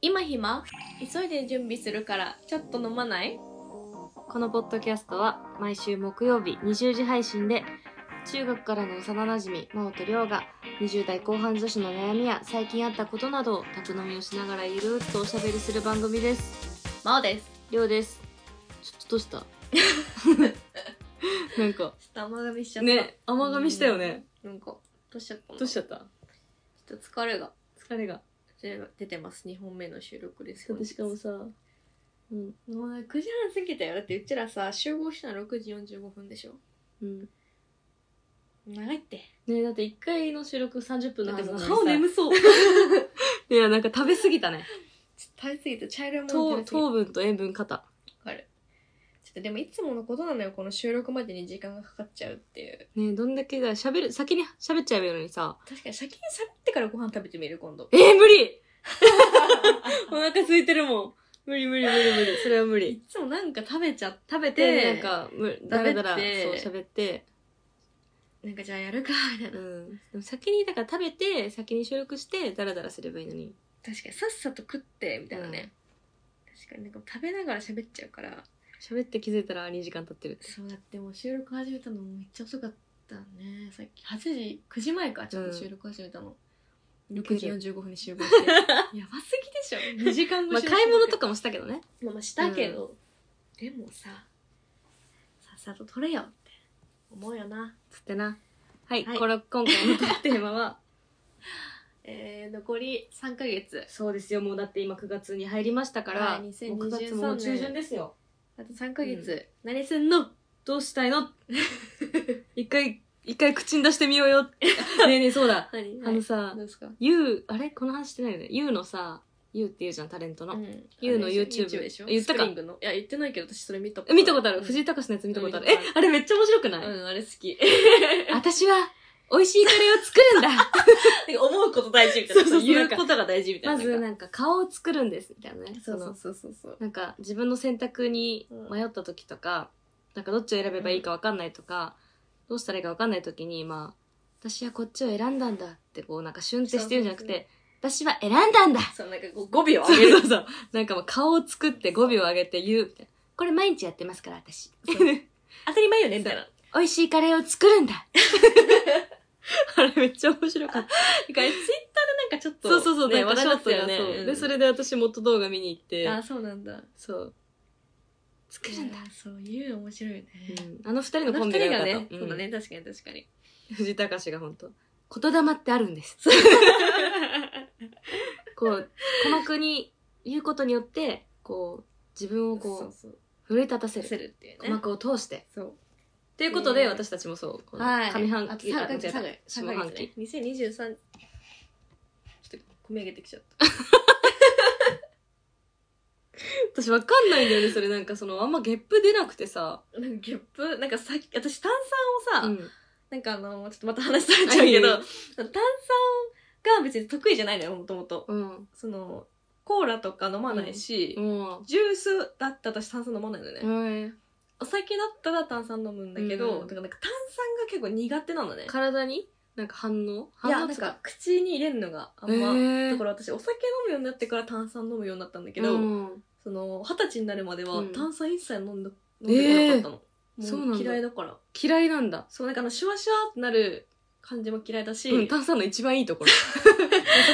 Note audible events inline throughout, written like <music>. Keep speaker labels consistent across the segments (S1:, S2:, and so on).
S1: 今暇急いで準備するからちょっと飲まない
S2: このポッドキャストは毎週木曜日20時配信で中学からの幼なじみ真央と亮が20代後半女子の悩みや最近あったことなどを宅飲みをしながらゆるーっとおしゃべりする番組です
S1: 真央です
S2: 亮ですちょっとどうした <laughs> なんか
S1: ちょっと甘噛みしちゃった
S2: ね甘噛みしたよね
S1: なんかどうしちゃったの
S2: どうし
S1: ち
S2: ちゃった
S1: ょっと疲れが
S2: 疲れが
S1: 出てます2本目の収録です
S2: しかもさ、う
S1: も
S2: ん
S1: う9時半過ぎたよだってうちらさ集合したの6時45分でしょ
S2: うん、
S1: 長いって
S2: ねだって1回の収録30分
S1: だ
S2: の
S1: って
S2: はず
S1: も
S2: な
S1: う
S2: の
S1: 歯を眠
S2: に
S1: そう
S2: いやなんか食べ過ぎたね
S1: 食べ過ぎて茶色いもの
S2: 糖
S1: 食べ過ぎ
S2: 糖分と塩分過多
S1: わかるちょっとでもいつものことなのよこの収録までに時間がかかっちゃうっていう
S2: ねどんだけだ喋る先に喋っちゃえばいいのにさ
S1: 確かに先に喋ってからご飯食べてみる今度
S2: えー、無理 <laughs> お腹空いてるもん無理無理無理無理それは無
S1: い
S2: 理
S1: つもなんか食べちゃ食べて
S2: でなんかむだらだらそう喋って
S1: なんかじゃあやるかみたいな
S2: うんでも先にだから食べて先に収録してだらだらすればいいのに
S1: 確かにさっさと食ってみたいなね、確かになんか食べながら喋っちゃうから
S2: 喋って気づいたら2時間経ってるって
S1: そうだってもう収録始めたのもめっちゃ遅かったねさっき8時9時前かちょっと収録始めたの、6時45分に集合して <laughs> やばすぎでしょ2時間
S2: ま
S1: 後
S2: あ買い物と
S1: か
S2: かもしたけどね
S1: まあまあしたけど、でもささっさと取れよって思うよな
S2: つってなはい、
S1: はい
S2: これ今回のテーマ <laughs> は
S1: えー、残り3ヶ月
S2: そうですよもうだって今9月に入りましたから、
S1: はい
S2: もう
S1: 2023
S2: 9月も中旬ですよ
S1: あと3ヶ月、
S2: 何すんのどうしたいの <laughs> 一回一回口に出してみようよ <laughs> ねえねえそうだ
S1: 何
S2: あのさ
S1: どうですか
S2: ゆうあれこの話してないよねゆうのさゆうって言うじゃんタレントの、
S1: ん、
S2: You の
S1: あれで
S2: YouTube
S1: でしょ
S2: 言った
S1: ス
S2: か
S1: プリングのいや言ってないけど私それ見たこ
S2: え見たことある、
S1: うん
S2: 藤井隆のやつ見たことある、
S1: うん
S2: えあれめっちゃ面白くない、
S1: うんあれ好き
S2: 私は美味しいカレーを作るんだ <laughs>
S1: 思うこと大事み
S2: たいな言う
S1: とが大事み
S2: まず
S1: ね
S2: なんか顔を作るんですみたいなね
S1: そうそ
S2: の
S1: うそうそうそう
S2: なんか自分の選択に迷った時とか、なんかどっちを選べばいいか分かんないとか、どうしたらいいか分かんない時にまあ私はこっちを選んだんだってこうなんかシュンってしてるんじゃなくて私は選んだんだ
S1: そうなんかこう語尾を
S2: そ
S1: 上げる
S2: うそうそうなんかもう顔を作って語尾を上げて言うみたいなこれ毎日やってますから私
S1: 当たり前よねみたいな
S2: 美味しいカレーを作るんだ <laughs> あれめっちゃ面白かっ
S1: なん
S2: た。
S1: かツイッターでなんかちょっと
S2: そうそうそう、
S1: ね
S2: なんか
S1: 話
S2: シ
S1: 題にな
S2: ョー
S1: っ
S2: ト
S1: たよ
S2: が
S1: ね
S2: そう、
S1: うん
S2: で、それで私元動画見に行って、
S1: あそうなんだ
S2: そう。作るんだ
S1: い。やそういう面白いよね
S2: うんあの二人の
S1: あ
S2: コ
S1: の
S2: ン
S1: 二
S2: ビ
S1: 人
S2: が良か
S1: が
S2: った
S1: ね、
S2: うん
S1: そうだね確かに確か <laughs> に
S2: 藤井隆が本当言霊ってあるんです。こう、鼓膜に言うことによって、こう、自分
S1: そ
S2: を
S1: う
S2: こう、
S1: そう
S2: 奮い立たせ
S1: せる
S2: る。
S1: っていう
S2: 鼓
S1: ね
S2: 膜を通して。
S1: そう
S2: ということで、
S1: えー
S2: 私たちもそう、この
S1: はい
S2: 上半期、
S1: あ
S2: あ
S1: 3ヶ月
S2: 間違
S1: 3
S2: えた下半
S1: 月ね
S2: 期。
S1: 2023ちょっと込み上げてきちゃった
S2: 私わかんないんだよね、それなんかその、あんまゲップ出なくてさ。
S1: なんかゲップなんかさっき私炭酸をさ、
S2: うん
S1: なんかあのちょっとまた話されちゃうけど炭酸が別に得意じゃないのよもともと
S2: うん。
S1: そのコーラとか飲まないし、
S2: も
S1: ジュースだったら私炭酸飲まないのね、
S2: う、うん
S1: お酒だったら炭酸飲むんだけど、
S2: う
S1: だ
S2: ん
S1: からなんか炭酸が結構苦手なのね
S2: 体になんか反応
S1: い
S2: 反
S1: や
S2: 応
S1: なん
S2: とか
S1: か口に入れるのがあんま、
S2: へー
S1: だから私お酒飲むようになってから炭酸飲むようになったんだけど、
S2: うん
S1: その二十歳になるまでは
S2: うん
S1: 炭酸一切飲んだ、飲んでこなかったの、
S2: えーそうなん
S1: も
S2: だ
S1: う嫌いだから
S2: 嫌いなんだ、
S1: そうなんかあのシュワシュワってなる感じも嫌いだし、
S2: うん、炭酸の一番いいとこ
S1: <laughs>
S2: ろそこ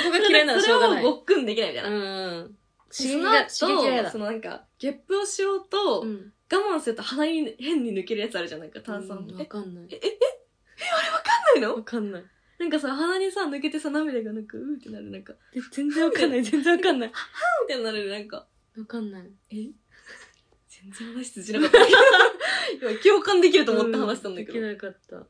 S1: それそれをごっくんできないみたいな、
S2: うん
S1: 刺激が
S2: そ
S1: そ
S2: の後
S1: そのなんかゲップをしようと、
S2: う
S1: 我
S2: ん
S1: 慢すると鼻に変に抜けるやつあるじゃんないか炭酸、
S2: うんわ
S1: え
S2: かんない
S1: ええええあれわかんない
S2: わ
S1: の
S2: かんない
S1: なんかさ鼻にさ抜けてさ涙がなんかうーってなるなんか
S2: 全然わかん <laughs> ない全然わかんない
S1: みたいになるなんか
S2: わかんない
S1: え全然話通じなかった <laughs> 今共感できると思って話したんだけど、
S2: う
S1: え
S2: できなかった
S1: マ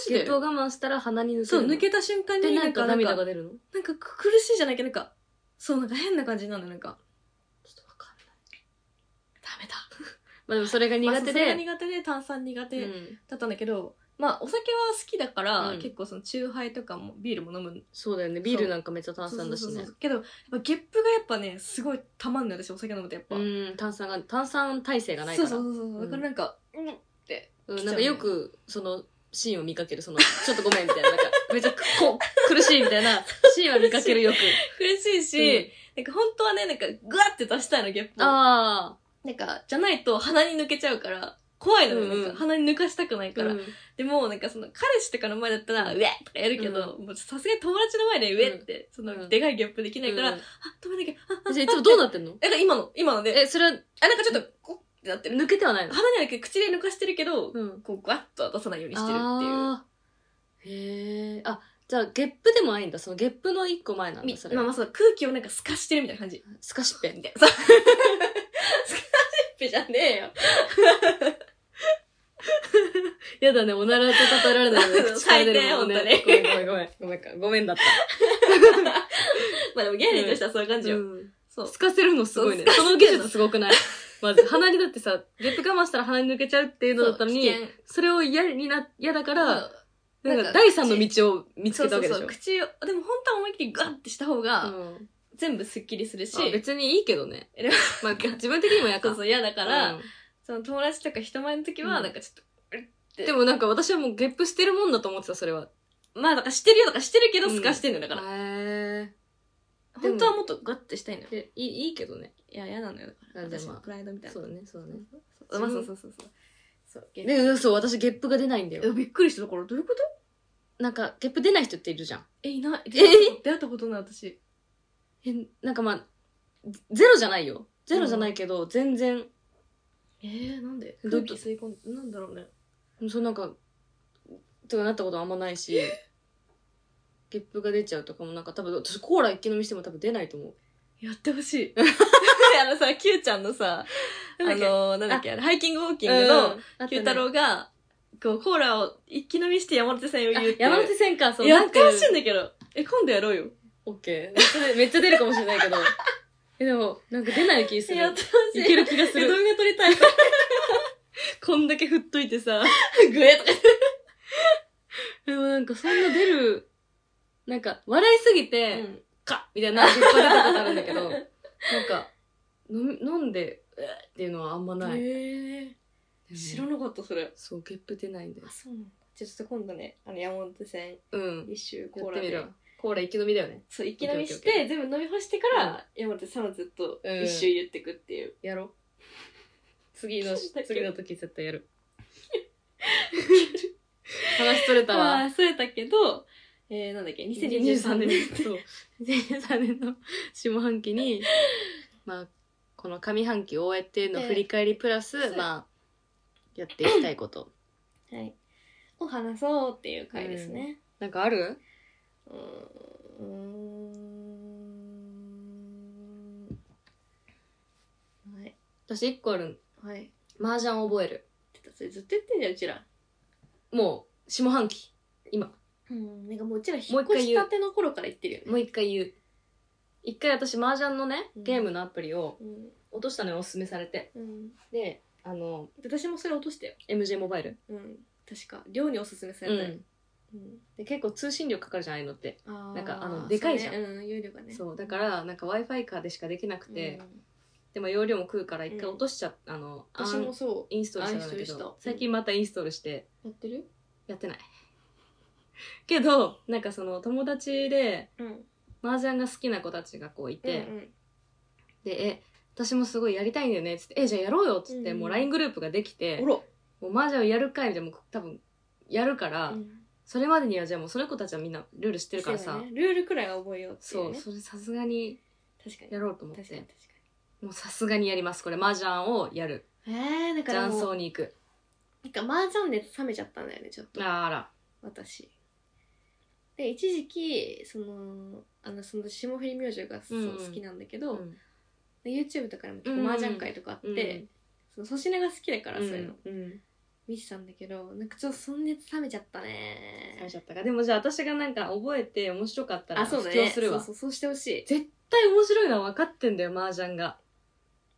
S1: ジ
S2: ゲ
S1: で
S2: ップを我慢したら鼻に抜ける
S1: そう、抜
S2: っ
S1: けた瞬間
S2: て
S1: に
S2: な
S1: なんん
S2: か
S1: か、なん
S2: 涙が
S1: か、
S2: 出るのちょ
S1: なんか苦しいじゃないけど、なんか、そう、なんか変な感じになるの、なんか、
S2: っとわかんない
S1: ダメだ。
S2: まあでもそれが苦手
S1: まあそうそれが
S2: で
S1: 苦手で、炭酸苦手だ
S2: うん
S1: ったんだけど、まあ、お酒は好きだから、
S2: うん
S1: 結構その、チューハイとかも、ビールも飲む。
S2: そうだよねビールなんかめっちゃ炭酸だし
S1: そうそうそ
S2: ね
S1: うそうけど、やっぱゲップがやっぱね、すごいたまんのよ、私、お酒飲むとやっぱ。
S2: うん炭酸が炭酸耐性がない
S1: そ
S2: か
S1: う
S2: ら
S1: そうそうそう。だ
S2: うん
S1: からなんか、
S2: うん、なんかよく、その、シーンを見かける、その、 <laughs> ちょっとご <laughs> めんみたいな、なんか、めっちゃこ苦しいみたいな、シーンは見かけるよく。
S1: 苦しいし、なんか本当はね、なんかグワって出したいの、ゲップを。
S2: あ
S1: なんか、じゃないと鼻に抜けちゃうから、怖いのよ、
S2: うんうん
S1: なんか鼻に抜かしたくない
S2: あ。
S1: か
S2: う
S1: ら。
S2: ん。
S1: でも、なんかその、彼氏とかの前だったら、うえとかやるけど、もうさすがに友達の前でうえって、その、でかいゲップできないから、
S2: うん
S1: あ、止めなきゃ、あ、あ、
S2: じゃあいつもどうなってんの
S1: え、なんか今の、今ので、
S2: え、それは
S1: あ、なんかちょっと、こってなってる。
S2: 抜けてはないの
S1: 鼻にはけど口で抜かしてるけど、
S2: うん。
S1: こう、ガッとは出さないようにしてるっていう。
S2: あーへえ。あ、じゃあゲップでもないんだ。そのゲップの一個前なん
S1: み
S2: だ、それ
S1: まあ。まあそう、空気をなんか透かしてるみたいな感じ。
S2: すかしっぺ
S1: み。たいな。そう <laughs> 透かしっぺじゃねえよ。
S2: やだね、おならと例えられない <laughs> の口から出るもんね
S1: 最低
S2: ごめんごめんごめん。ごめんか。ごめんだった。
S1: まあでも芸人としてはそういう感じよ。そう。
S2: すかせるのすごいね。
S1: そう
S2: その技術すごくないまず、鼻にだってさ、ゲップ我慢したら鼻に抜けちゃうっていうのだったのに
S1: そう、危険
S2: それを嫌にな、嫌だから、
S1: そう
S2: なん
S1: なんか
S2: か第三の道を見つけたわけでしょ。
S1: そうそうそう口をでも本当は思いっきりガッてした方が
S2: うん
S1: 全部スッキリするし、
S2: あ別にいいけどね
S1: えでも。
S2: まあ、自分的にもや
S1: そう
S2: か
S1: そう嫌だから、
S2: うん
S1: その友達とか人前の時は
S2: うん
S1: なんかちょっ
S2: でもなんか私はもうゲップしてるもんだと思ってた、それは。
S1: と、まあだからしてるよとかしてるけど
S2: うん
S1: すかしてんのよだから、
S2: へでも
S1: 本当はもっとガッてしたいのよ
S2: え。いい、いいけどね。
S1: いや嫌なのよだから
S2: あでも
S1: 私のプライドみたいな
S2: そうだね、そうだね。
S1: そうまあそうそうそうそうそうゲッ
S2: で、そう、私ゲップが出ないんだ
S1: プえ
S2: よ。
S1: びっくりしただからどういうこと
S2: なんか、ゲップ出ない人っているじゃん。
S1: えいない出
S2: え
S1: 会った出会ったことない私
S2: え、なんかまあ、ゼロじゃないよ。ゼロじゃないけど、全然、
S1: えー、なんで空
S2: どう
S1: 気吸い込んでなんだろうね
S2: そうなんか、とかなったことあんまないし、ゲップが出ちゃうとかもなんか多分、私コーラ一気飲みしても多分出ないと思う。
S1: やってほしい <laughs> あのさ Q ちゃんのさあ
S2: なんだっけ
S1: のなんだっけあれハイキングウォーキングの、
S2: うん、
S1: 九太郎が、こう、コーラを一気飲みして山手線を言うっていう。
S2: 山手線か、そう、
S1: や
S2: な
S1: っ
S2: ん
S1: て
S2: か
S1: ほしいんだけど。え、今度やろうよ。
S2: オッケー。めっちゃ出めっちゃ出るかもし
S1: <laughs>
S2: れないけど。え、でも、なんか出ない気する。
S1: やってほし <laughs> い。
S2: いける気がする
S1: え動画撮りたい。
S2: こんだけ振っといて
S1: <laughs>
S2: さ。
S1: グエとか。
S2: <laughs> でもなんかそんな出る、なんか笑いすぎ
S1: う
S2: て、
S1: ん。
S2: かみたいな、出っ張ることあるんだけど、なんか、飲み飲んで、うわっていうのはあんまない。
S1: へえ。知ら
S2: い。
S1: なかった、それ。
S2: そう、ゲップ出ないんだよ
S1: あ、。そうなんだ。じゃあちょっと今度ね、あの、山手線
S2: うん。
S1: 一周
S2: や
S1: コー
S2: って
S1: ラ
S2: み
S1: で
S2: る。コーラ一気飲みだよね。
S1: そう、一気飲みし
S2: オッケ
S1: て、全部飲み干してから、山手線をずっと一周言ってくっていう。
S2: やろう。
S1: <laughs>
S2: 次の、次の時絶対やる。 <laughs> 話取れたわ
S1: <laughs> あ。あ、それたけど、えー、なんだっけ、2023
S2: 2023
S1: 年。
S2: 年そう2023年の下半
S1: <laughs>
S2: 期にまあこの上半期を終えての振り返りプラス、
S1: ええ
S2: まあやっていきたいこと
S1: <coughs> はい。を話そうっていう回ですね。
S2: なんかある
S1: うーん。はい。
S2: 私1個ある
S1: はい。
S2: 麻雀覚える
S1: ちょっとそれずっと言ってんじゃん、うちら。
S2: もう下半期今
S1: うん。なんかもううちら引
S2: もう
S1: っ
S2: 一
S1: 越
S2: 回
S1: し
S2: 言う
S1: たての頃から言ってるよね。
S2: もう一回言う一回私麻雀のね
S1: うん
S2: ゲームのアプリを
S1: うん。
S2: 落としたのよおすすめされて
S1: うん。
S2: であの
S1: 私もそれ落としたよ。
S2: MJ モバイル、
S1: うん。確か。寮におすすめさ
S2: う
S1: れたよ。
S2: ん、
S1: うん。
S2: で結構通信料かかるじゃないのって、
S1: あー
S2: なんかあのでかいじゃん
S1: そうねうん、有料がね。
S2: そうだからなんか w i f i カーでしかできなく
S1: うん。
S2: て、でも容量も食うから一回
S1: うん
S2: 落としちゃった、あの
S1: 私
S2: ア
S1: も
S2: ン
S1: そ
S2: インストールしたんだ
S1: あイ
S2: け
S1: ンストールした
S2: ど最近またインストールして
S1: う。やってる
S2: やってない <laughs> けどなんかその友達で
S1: うん。
S2: 麻雀が好きな子たちがこうい
S1: う
S2: て、
S1: ん
S2: で「え私もすごいやりたいんだよね」っつって「えじゃあやろうよ」っつって、
S1: うん
S2: もう LINE グループができて
S1: うん。お
S2: 「もう麻雀をやるかい」みたいなもう多分やるから、
S1: ら。
S2: それまでにはじゃあもうその子たちはみんなルール知ってるから
S1: そ
S2: さ
S1: うだねルールくらいは覚えようってい
S2: そうう
S1: ね。
S2: それさすがに
S1: 確かに。
S2: やろうと思っ
S1: 確かに
S2: て
S1: 確か
S2: もうさすがにやりますこれ麻雀をやる
S1: に。えー、だから
S2: 雀
S1: もう
S2: 荘に行く
S1: なんか麻雀熱冷めちゃったんだよねちょっと
S2: あら
S1: 私で一時期そのあのその霜降り明星がそう
S2: うん
S1: 好きなんだけど、
S2: ん、
S1: で YouTube とかでも結
S2: うん
S1: 構麻雀会とかあって、その粗品が好きだからそういうの、
S2: うんうん
S1: 見てたんだけどなんかちょっとその熱冷めちゃったね
S2: されちゃったかでもじゃあ私がなんか覚えて面白かったら
S1: あ
S2: 布
S1: そうだ
S2: 教
S1: ね
S2: するわ、
S1: そうそうそうしてほしい
S2: 絶対面白いのは分かってんだよ麻雀が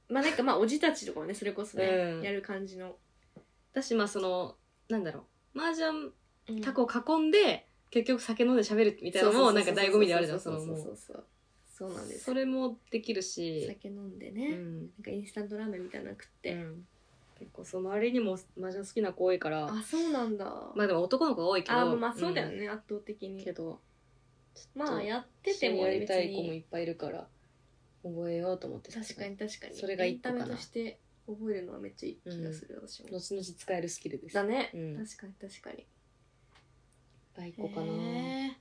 S1: まあなんかまあおじたちとかもねそれこそね、
S2: うん
S1: やる感じの、
S2: 私まあそのなんだろう麻雀
S1: うん
S2: タコ囲んで、結局酒飲んで喋るみたいなのもなんか醍醐味であるじゃんそ
S1: そう
S2: の
S1: そう
S2: も
S1: そう
S2: う
S1: そうそうなんです
S2: それもできるし、
S1: 酒飲んで
S2: う
S1: ね、なん
S2: ん
S1: かインスタントラーメンみたいなの食って、
S2: うん結構そう周りにも麻雀好きな子多いから
S1: あそうなんだ、
S2: まあでも男の子が多いけど
S1: あまあそうだよね、圧倒的
S2: うん
S1: に
S2: けど
S1: まあやって
S2: 一緒
S1: て
S2: に
S1: も
S2: や
S1: ね
S2: り
S1: 別
S2: たい子もい
S1: に
S2: っぱいいるから覚えようと思ってた
S1: 確かに確かに
S2: それが一個かな
S1: エンタメとして覚えるのはめっちゃいい気がする、私も
S2: 後々使えるスキルです
S1: だね、
S2: うん
S1: 確かに確かに
S2: が一個かな
S1: へ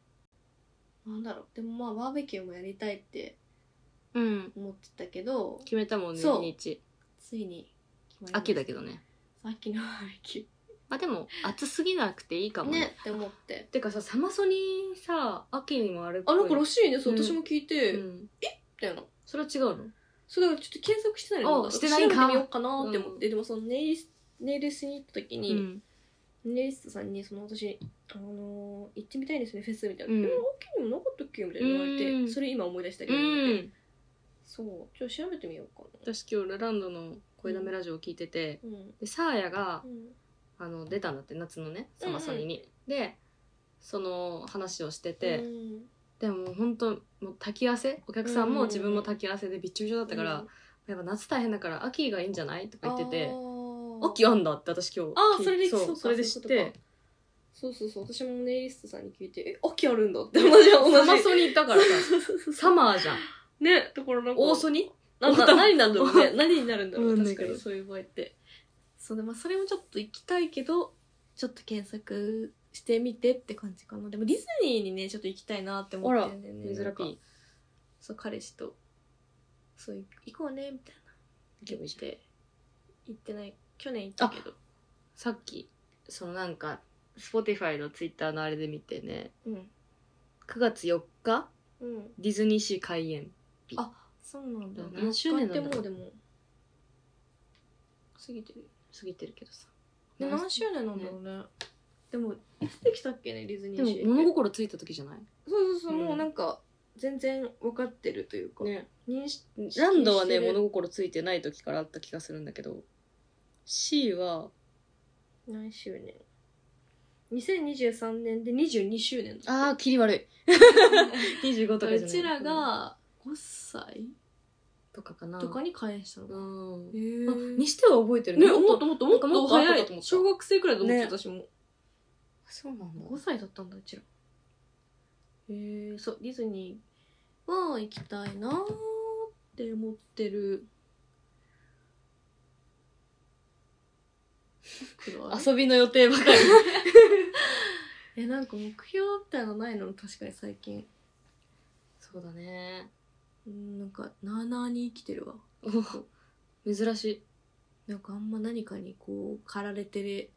S1: ーなんだろうでもまあバーベキューもやりたいって
S2: うん
S1: 思ってたけど
S2: 決めたもんね
S1: そう
S2: 日にち
S1: ついに決まりました
S2: 秋だけどね
S1: 秋のバーベキ
S2: まあでも暑すぎなくていいか
S1: ュー
S2: も
S1: ね
S2: ね
S1: って思
S2: <laughs>
S1: って
S2: てかさサマソニさ秋にもあるっぽ
S1: あ
S2: い
S1: なんからしいねそう、
S2: うん
S1: 私も聞いて、
S2: うん
S1: みたいな
S2: それは違うの
S1: それだからちょっと検索してない
S2: あ
S1: の
S2: してない
S1: 調べて
S2: か
S1: みようかなって思って、でもそのネイリスネイリスに行った時
S2: う
S1: に、
S2: ん
S1: ネイリストさんにその私あのー行ってみたいですねフェスみたいな、
S2: うん
S1: でも秋にもなかったっけみたいな言われて、
S2: うん
S1: それ今思い出したけ
S2: う
S1: ど、
S2: ん
S1: そうちょっと調べてみようかな
S2: 私今日ラランドの声だめラジオを聞いてて
S1: うん
S2: でサーヤが
S1: うん
S2: あの出たんだって夏のねサマソニにでその話をしてて、
S1: うん
S2: でももう本当もう炊き合わせお客さん
S1: うん
S2: も自分も炊き合わせでびっちょびちょだったから、やっぱ夏大変だから秋がいいんじゃないとか言ってて
S1: あー
S2: 秋あんだって私今日
S1: あー
S2: 聞い
S1: それで
S2: そう
S1: そうか
S2: それで知っ
S1: そういうこ
S2: て
S1: とそうそうそう私もネイリストさんに聞いてえ秋あるんだって同じ同じ
S2: サマソニ行っ
S1: <laughs>
S2: たからさ <laughs> サマーじゃん
S1: ねところなんか
S2: 大ソニ
S1: なんだ何になるんだろうね何になるんだろ
S2: <laughs> わ
S1: う
S2: かんない
S1: 確か
S2: けど
S1: にそういう場合ってそうでまあそれもちょっと行きたいけどちょっと検索してみてって感じかなでもディズニーにねちょっと行きたいなって思ってるんだよね
S2: 珍
S1: なんか
S2: しい
S1: そう彼氏とそう行こうねみたいな
S2: 行けばいいじゃん
S1: で行ってない去年行ったけど
S2: さっきそのなんか Spotify の Twitter のあれで見てね
S1: うん
S2: 9月4日
S1: うん
S2: ディズニーシー開園
S1: そうなんだ
S2: だから何周年なんだろう
S1: 4日ってもうでも過ぎてる
S2: 過ぎてるけどさ
S1: で何周年なんだろうねでもいつできたっけねディズニ
S2: で
S1: ー
S2: も
S1: シーって
S2: 物心ついた時じゃない
S1: そうそうそう、
S2: うん
S1: もうなんか全然分かってるというか、
S2: ね
S1: 認識してる
S2: ランドはね物心ついてない時からあった気がするんだけど C は
S1: 何周年2023年で22周年だ
S2: ああ切り <laughs> 悪い25とかじゃないう
S1: ちらが5歳
S2: とかかな
S1: とかに返したの
S2: う
S1: か
S2: ん
S1: へ
S2: あ
S1: ー
S2: にしては覚えてる
S1: ね
S2: も
S1: も
S2: っ
S1: っ
S2: と
S1: ともっともっと
S2: も
S1: もっ
S2: っと
S1: と
S2: 早い
S1: 早い小学生くらいだと思ってた、私も
S2: そうなんだ
S1: 5歳だったんだうちらへえそうディズニーは行きたいなーって思ってるあ
S2: 遊びの予定ばかり
S1: えなんか目標みたいなのないの確かに最近
S2: そうだね
S1: うんなんかなあなあに生きてるわ
S2: <laughs> 珍しい
S1: なんかあんま何かにこう駆られてる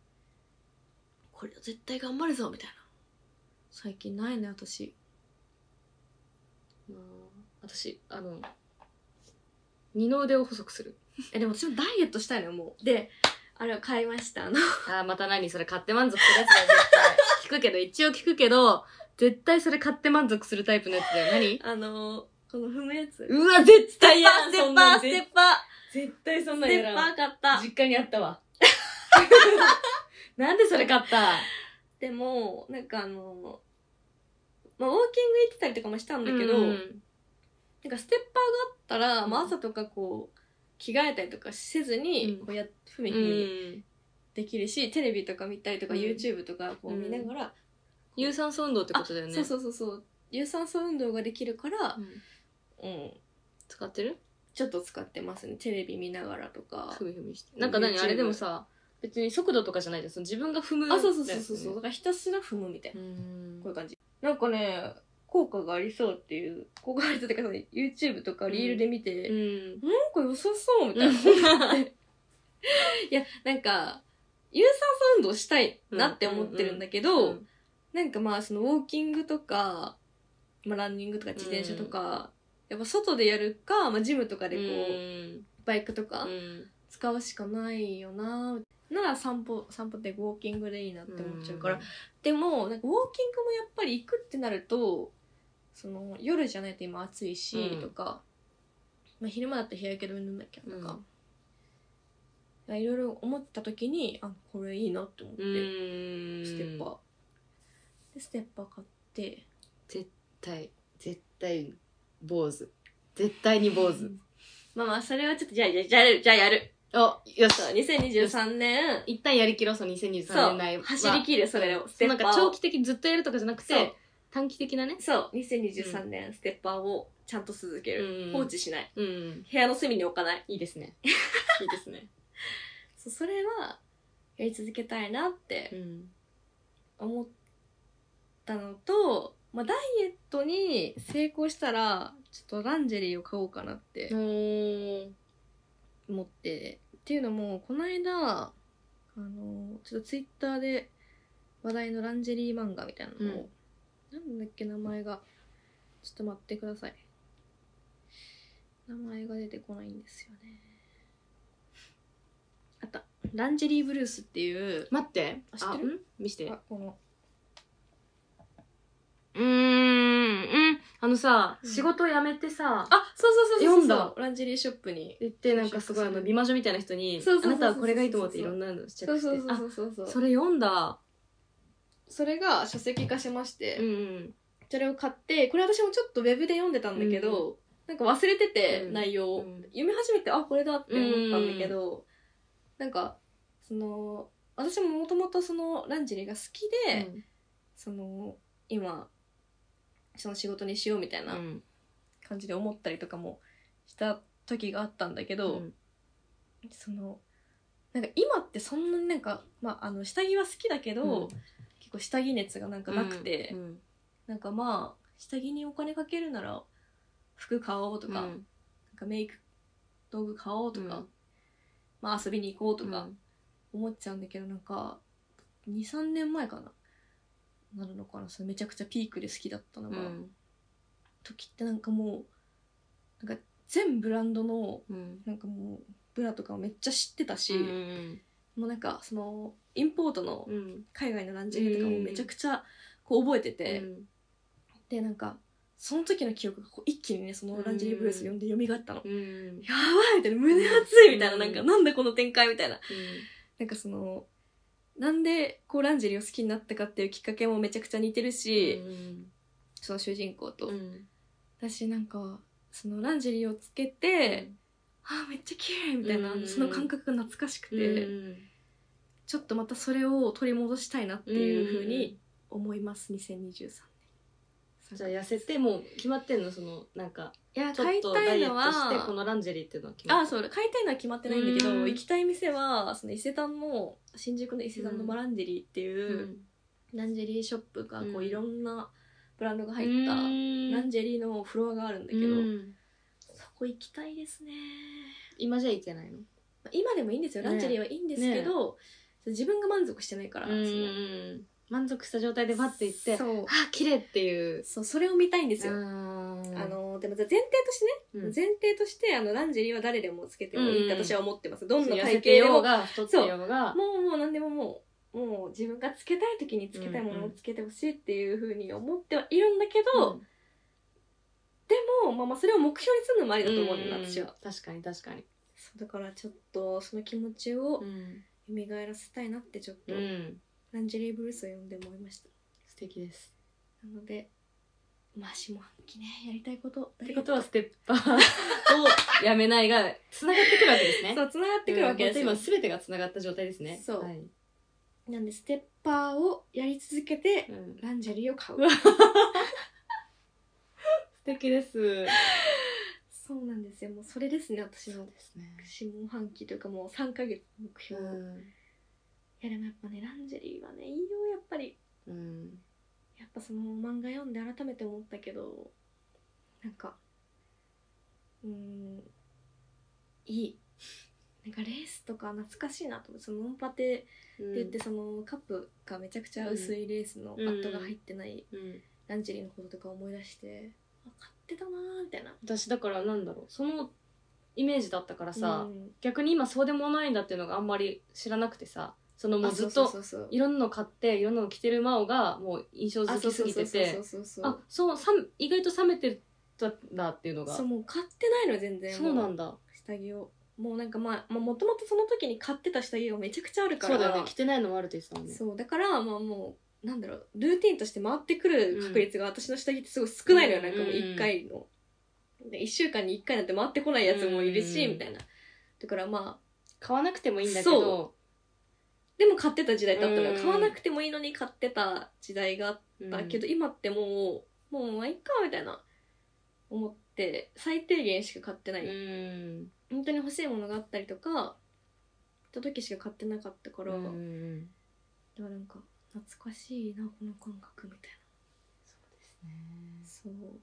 S1: これは絶対頑張るぞみたいな最近ないね <laughs> 私
S2: 私あの二の腕を細くする
S1: えでも私もダイエットしたいのよもうであれを買いましたあ <laughs> の
S2: あーまた何それ買って満足するやつだよ絶対聞くけど一応聞くけど絶対それ買って満足するタイプのやつだよ何
S1: あのーこの踏むやつ
S2: うわ絶対や
S1: ステッパーステッパ
S2: 絶対そん
S1: ーステッパーステッパ
S2: なんやらん
S1: ー買った
S2: 実家にあった <laughs> わなんでそれ買った
S1: でもなんかあのーまあウォーキング行ってたりとかもしたんだけど、
S2: うん
S1: なんかステッパーがあったら、
S2: うん
S1: まあ、朝とかこう着替えたりとかせずに、
S2: うん
S1: こうやふ
S2: う
S1: みふみ
S2: ん
S1: できるし、テレビとか見たりとか、
S2: うん
S1: YouTube とかこう
S2: うん
S1: 見ながら、
S2: 有酸素運動って
S1: あ
S2: ことだよね
S1: そうそうそうそう有酸素運動ができるから
S2: う、ん
S1: うん、
S2: 使ってる
S1: ちょっと使ってますねテレビ見ながらとか
S2: ふ。みふみしてなんか何
S1: YouTube
S2: あれでもさ別に速度とかじゃないじゃんその自分が踏む
S1: あそうそうそうそうそう、
S2: う
S1: だからひたすら踏むみたいな、
S2: ん
S1: こういう感じなんかね効果がありそうっていう効果がありそうっていうかその YouTube とかリールで見て、
S2: うん
S1: なんか良さそうみたいな。 <laughs> いや、なんか、有酸素運動したいなって思ってるんだけど、
S2: うん
S1: なんかまあ、そのウォーキングとか、まあ、ランニングとか自転車とか、やっぱ外でやるか、まあ、ジムとかでこう、
S2: うん
S1: バイクとか
S2: うん
S1: 使うしかないよな。なら散歩、散歩ってウォーキングでいいなって思っちゃうから。でも、なんかウォーキングもやっぱり行くってなると、その夜じゃないと今暑いし、
S2: うん
S1: とか、まあ、昼間だったら日焼け止め塗んなきゃとか
S2: うん、
S1: いやいろいろ思ってた時に、あ、これいいなって思って、
S2: うん
S1: ステッパー。で、ステッパー買って、
S2: 絶対絶対坊主絶対に坊主
S1: まあまあ、それはちょっと、じゃあ、じゃあ、じゃあやる、じゃあやる。
S2: あよし
S1: そう、2023年、
S2: 一旦やりきろうその2023
S1: そ
S2: 年内
S1: う、
S2: は
S1: 走り切る、それを、ス
S2: そ
S1: テ
S2: うなん
S1: ッパー
S2: か
S1: を。
S2: 長期的にずっとやるとかじゃなく
S1: そう
S2: て短期的なね。
S1: そう2023年ステッパーをちゃんと続ける、
S2: うん
S1: 放置しない
S2: うん。
S1: 部屋の隅に置かない
S2: いいですね。いいですね。
S1: そうそれはやり続けたいなって
S2: うん。
S1: 思ったのと、まあ、ダイエットに成功したらちょっとランジェリーを買おうかなって
S2: おー。
S1: 思って、っていうのもこの間あのちょっとツイッターで話題のランジェリー漫画みたいなのを、なんだっけ名前がちょっと待ってください名前が出てこないんですよねあったランジェリーブルースっていう
S2: 待って。
S1: あ知ってる
S2: あん見して。
S1: あこの
S2: うーん、うん。あのさ、
S1: うん
S2: 仕事辞めてさ、
S1: あそうそうそうそうそう
S2: 読んだ
S1: ランジェリーショップに
S2: 言ってなんかすごいあの美魔女みたいな人に
S1: そうそう、そ
S2: あ
S1: うそう
S2: なたはこれがいいと思っていろんなの試着して。
S1: そうそうそう
S2: あ
S1: そうそうそう
S2: それ読んだ。
S1: それが書籍化しまして、
S2: うんうん。
S1: それを買ってこれ私もちょっとウェブで読んでたんだけど、なんか忘れてて、
S2: うん
S1: 内容を、
S2: うん
S1: 読み始めてあこれだって思ったんだけど、なんかその私ももともとそのランジェリーが好きで、その今その仕事にしようみたいな
S2: うん
S1: 感じで思ったりとかもした時があったんだけど、そのなんか今ってそんなになんか、まあ、あの下着は好きだけど、
S2: うん
S1: 結構下着熱がなんかなくて、
S2: うん
S1: なんかまあ下着にお金かけるなら服買おうとか,、な
S2: う
S1: ん
S2: ん
S1: かメイク道具買おうとか、
S2: うん
S1: まあ遊びに行こうと
S2: う
S1: か
S2: ん
S1: 思っちゃうんだけど、なんか23年前かななるのかなそのめちゃくちゃピークで好きだったのが、時ってなんかもうなんか全ブランドの
S2: うん
S1: なんかもうブラとかをめっちゃ知ってたし、
S2: うん
S1: もうなんかそのインポートの
S2: うん
S1: 海外のランジェリーとかもめちゃくちゃこう覚えてて。でなんかその時の記憶がこう一気にねそのランジェリーブルース読んで蘇ったの、
S2: うん
S1: やばいみたいな胸熱いみたいな、
S2: うん
S1: なんかなんだこの展開みたいななんかそのなんでこうランジェリーを好きになったかっていうきっかけもめちゃくちゃ似てるし、
S2: うん
S1: その主人公と、
S2: うん
S1: 私なんかそのランジェリーをつけて、あーめっちゃ綺麗みたいな、
S2: うん
S1: その感覚が懐かしくて、
S2: うん
S1: ちょっとまたそれを取り戻したいなっていうふうに思います2023年
S2: じゃあ痩せてもう決まってんのそのなんか
S1: いや
S2: ちょ
S1: 買
S2: っ
S1: い
S2: と
S1: た
S2: ダ
S1: い
S2: イエ
S1: の
S2: ットして
S1: は
S2: このランジェリーっていうのは決ま
S1: あ
S2: って
S1: そう買いたいのは決まってないんだけど、
S2: うん
S1: 行きたい店はその伊勢丹の新宿の伊勢丹のマランジェリーって
S2: る
S1: いう、ランジェリーショップがこう、
S2: うん
S1: いろんなブランドが入
S2: うん
S1: った、ランジェリーのフロアがあるんだけど、
S2: うん
S1: そこ行きたいですね
S2: 今じゃいけないの
S1: まあ今でもいいんですよ
S2: ね
S1: ランジェリーはいいんですけど、自分が満足してないから、その
S2: うん満足した状態でバッていってあ
S1: そう
S2: 綺麗っていう
S1: そうそれを見たいんですよ、あ
S2: あ
S1: のでも前提としてね、前提としてあのランジェリーは誰でもつけてもいいって私は思ってます、どんな体
S2: 痩せ
S1: 型
S2: て
S1: で
S2: よ
S1: も
S2: うが太ってようが
S1: もうもう何でももうもう自分がつけたい時につけたいものをつけてほしいっていうふうに思ってはいるんだけど、
S2: うん
S1: でも、まあ、まあそれを目標にするのもありだと思うんだよ、
S2: うん
S1: 私は
S2: 確かに確かに
S1: そうだからちょっとその気持ちを
S2: ん
S1: 蘇らせたいなってちょっと、
S2: うん
S1: ランジェリーブルースを読んで思いました
S2: 素敵です
S1: なのでまあ下半期ねやりたいこと
S2: っ
S1: って
S2: ことはステッパーを <laughs> やめないがつながってくるわけですね。
S1: そうつながってくるわけです
S2: うん
S1: よ、
S2: 本当今すべてがつながった状態ですね。
S1: そう
S2: はい
S1: なんでステッパーをやり続けて
S2: うん
S1: ランジェリーを買う
S2: うわ素敵です。
S1: そうなんですよもうそれですね私の
S2: ですね
S1: 下半期というかもう3ヶ月の目標、いやでもやっぱねランジェリーはねいいよやっぱり
S2: うん。
S1: やっぱその漫画読んで改めて思ったけどなんかうーんいいなんかレースとか懐かしいなと思ってそのノンパテ
S2: う
S1: って
S2: ん
S1: 言ってそのカップがめちゃくちゃ薄いレースのパッドが入ってない
S2: うん
S1: ランジェリーのこととか思い出してあ買ってたなーみたいな
S2: 私だからなんだろうそのイメージだったからさ、
S1: うん
S2: 逆に今そうでもないんだっていうのがあんまり知らなくてさそのも
S1: あ
S2: うずっ
S1: そう
S2: と
S1: そうそうそう
S2: いろんなの買っていろんなの着てる真央がもう印象
S1: あ
S2: 好
S1: そうそ
S2: きす
S1: う
S2: ぎ
S1: そ
S2: て
S1: うそ
S2: て
S1: うそうそう
S2: あそうさん意外と冷めてたんだっていうのが
S1: そうもう買ってないの全然
S2: そうなんだ
S1: 下着をもうなんかまあもともとその時に買ってた下着がめちゃくちゃあるから
S2: そうだよね着てないのもあるって言ってたもんね
S1: そうだからまあもうなんだろうルーティンとして回ってくる確率が私の下着ってすごい少ないのよ、
S2: うん
S1: なんかもう1回の、で1週間に1回なんて回ってこないやつもいるし、
S2: うん
S1: みたいなだからまあ
S2: 買わなくてもいいんだけど
S1: でも買ってた時代だったの
S2: うん
S1: よ買わなくてもいいのに買ってた時代があっ
S2: うん
S1: たけど、今ってもうもうまあいっかみたいな思って最低限しか買ってない、
S2: うん
S1: 本当に欲しいものがあったりとか行った時しか買ってなかったから、
S2: うん
S1: でもなんか懐かしいなこの感覚みたい
S2: そうですね
S1: なそ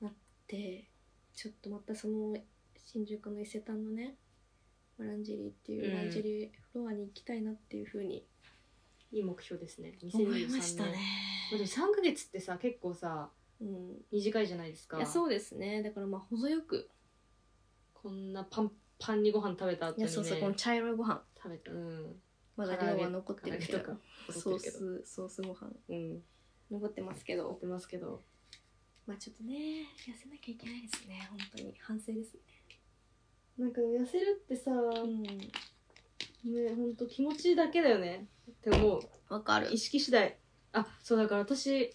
S1: うなってちょっとまたその新宿の伊勢丹のねランジェリーっていううんランジェリーフロアに行きたいなっていうふうに
S2: いい目標ですね2023年
S1: 思いましたね。
S2: まあでも3ヶ月ってさ結構さ
S1: うん、
S2: 短いじゃないですか
S1: いやそうですねだからまあ程よく
S2: こんなパンパンにご飯食べた後
S1: い
S2: に
S1: や
S2: ね
S1: そうそうこの
S2: 食
S1: 茶色いご飯
S2: べたうん
S1: まだ
S2: 唐揚
S1: 量
S2: げ
S1: は残ってるけど
S2: 唐揚げとか
S1: ソ
S2: 残っ
S1: ー
S2: てるけど
S1: スソースご飯
S2: うん
S1: 残ってますけ
S2: 残
S1: ど
S2: ってますけど
S1: まあちょっとね痩せなきゃいけないですね本当に反省ですね
S2: なんか痩せるってさ
S1: うん
S2: ね本当気持ちだけだよねって思う
S1: わかる
S2: 意識次第あそうだから私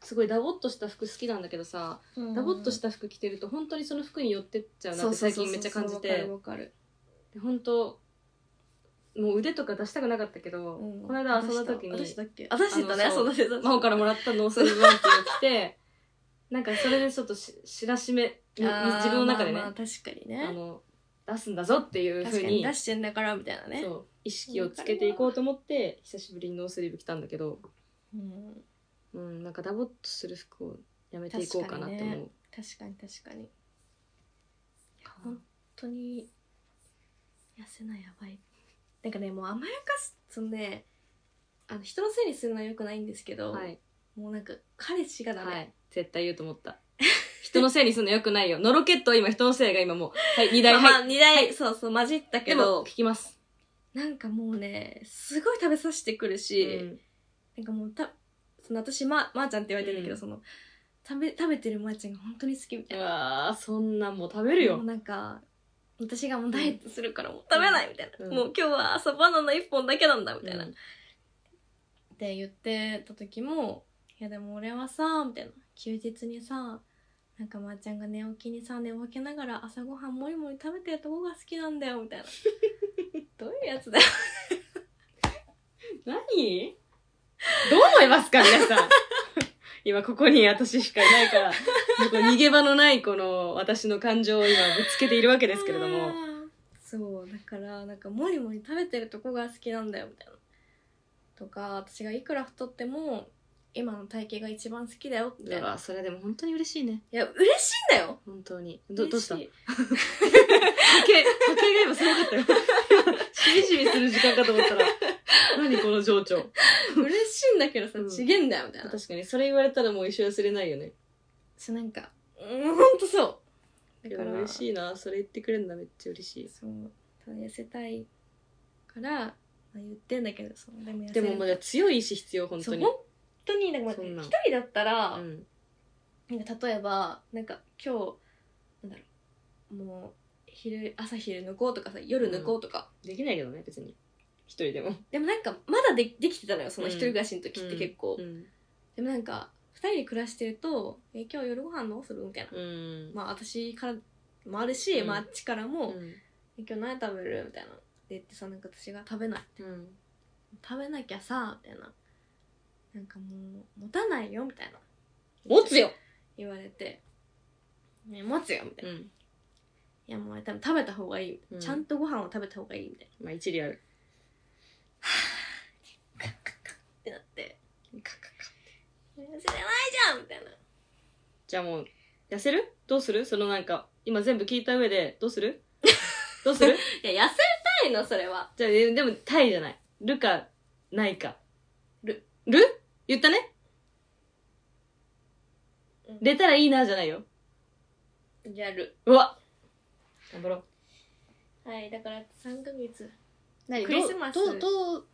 S2: すごいダボっとした服好きなんだけどさ、
S1: うん
S2: ダボっとした服着てると本当にその服に寄ってっちゃうな
S1: そ
S2: っ
S1: う
S2: て
S1: そう
S2: 最
S1: そう
S2: 近
S1: そう
S2: めっちゃ感じて
S1: わかる
S2: で本当もう腕とか出したくなかったけど、
S1: わかる、うん
S2: この間遊んだ時に
S1: 私だっけ私だっけあ
S2: あ
S1: 出
S2: の
S1: してた
S2: そう
S1: ねそうだ
S2: 真央からもらったノースリーブワンピーを着て
S1: <laughs>
S2: なんかそれでちょっとし知らしめ自分の中でね、
S1: まあまあ確かに
S2: あ
S1: ね
S2: の出すんだぞっていうふ
S1: 確
S2: う
S1: かに
S2: に
S1: 出してんだからみたいなね
S2: そう意識をつけていこうと思って久しぶりにノースリーブ着たんだけど、
S1: うん、
S2: うん、なんかダボっとする服をやめていこうかなって思う、
S1: 確かにね確かに確かにいや本当に痩せなやばいなんかねもう甘やかすそのねあの人のせいにするのはよくないんですけど、
S2: はい、
S1: もうなんか彼氏がダメ、
S2: はい、絶対言うと思った人のせいにするのよくないよのろけっと今人のせいが今もうはい2台、
S1: まあまあ
S2: はい
S1: 二台、そうそう混じったけ
S2: で
S1: ど
S2: も聞きます、
S1: なんかもうねすごい食べさせてくるし、なんかもうたその私ままー、ちゃんって言われてるんだけど、
S2: うん
S1: その食べ食べてるまー、ちゃんが本当に好きみた
S2: う
S1: い
S2: ん、う
S1: な
S2: わーそんなんもう食べるよ、
S1: もうなんか私がもうダイエットするからもう食べないみたいな、
S2: うん
S1: もう今日は朝バナナ1本だけなんだみ
S2: み
S1: た
S2: た
S1: いな、
S2: いな、
S1: って言ってた時も「いやでも俺はさ」みたいな休日にさなんかまー、ちゃんが寝起きにさ寝ぼけながら朝ごはんもりもり食べてるとこが好きなんだよ
S2: <laughs>
S1: みたいなどういうやつだよ
S2: 何どう思いますか皆さん <laughs> 今ここに私しかいないからこう逃げ場のないこの私の感情を今ぶつけているわけですけれど
S1: あ
S2: も
S1: ーそうだからなんかもりもり食べてるとこが好きなんだよみたいなとか私がいくら太っても今の体型が一番好きだよみ
S2: う
S1: たいな
S2: わーそれでも本当に嬉しいね
S1: いや嬉しいんだよ
S2: 本当にどどうした
S1: 嬉しい
S2: 波形、波形が今すごかったよ。 <laughs> しみしみする時間かと思った <laughs> ら、何この情緒。
S1: 嬉しいんだけどさ
S2: うん
S1: ちげんだよみたいな
S2: 確かに、それ言われたらもう一生忘れないよね。
S1: そうなんかうんほんとそう
S2: だ
S1: だか
S2: か
S1: らら
S2: 嬉しいな。それ言ってくれるんだ、めっちゃ嬉しい。
S1: そうただ痩せたいから、まあ、言ってんだけどそうでも痩せ
S2: で
S1: る
S2: もまだ強い意志必要、本
S1: そ
S2: 当
S1: う
S2: に。
S1: 本当になんか
S2: そんな
S1: 一人だったら、
S2: うん。
S1: なんか例えばなんか今日なんだろうもう昼朝昼抜こうとかさ夜抜こうとか、
S2: できないけどね、別に。一人でも。
S1: でもなんかまだでできてたのよその
S2: うん
S1: 一人暮らしの時って結構、
S2: うん。
S1: でもなんか2人で暮らしてると「え今日夜ご飯どうする?」みたいな、
S2: うん。
S1: まあ私からもあるし、
S2: うん
S1: まああっちから
S2: あ
S1: も「
S2: うん。
S1: え今日何食べる?」みたいなで言ってさなんか私が「食べない」
S2: うん。
S1: 食べなきゃさみたいななんかもう持たないよみたいな
S2: 持つよ
S1: 言われて「ね、持つよ」みたいな。
S2: うん。
S1: いやもう多分食べた方がいい、
S2: うん
S1: ちゃんとご飯を食べた方がいいみたいな
S2: まあ、一理ある。
S1: ってなって
S2: カカカ
S1: 「痩せれないじゃん!」みたいな
S2: じゃあもう、痩せるどうするそのなんか、今全部聞いた上で、どう
S1: <laughs>
S2: するどうする
S1: いや痩せたいのそれは
S2: じゃあ、えでも、タイじゃない。るか、ないか。
S1: る。
S2: る言ったね
S1: うん
S2: 出たらいいな、じゃないよ。
S1: やる
S2: うわ頑張ろう。
S1: はいだから3ヶ月
S2: 何
S1: クリスマス
S2: どう、どう、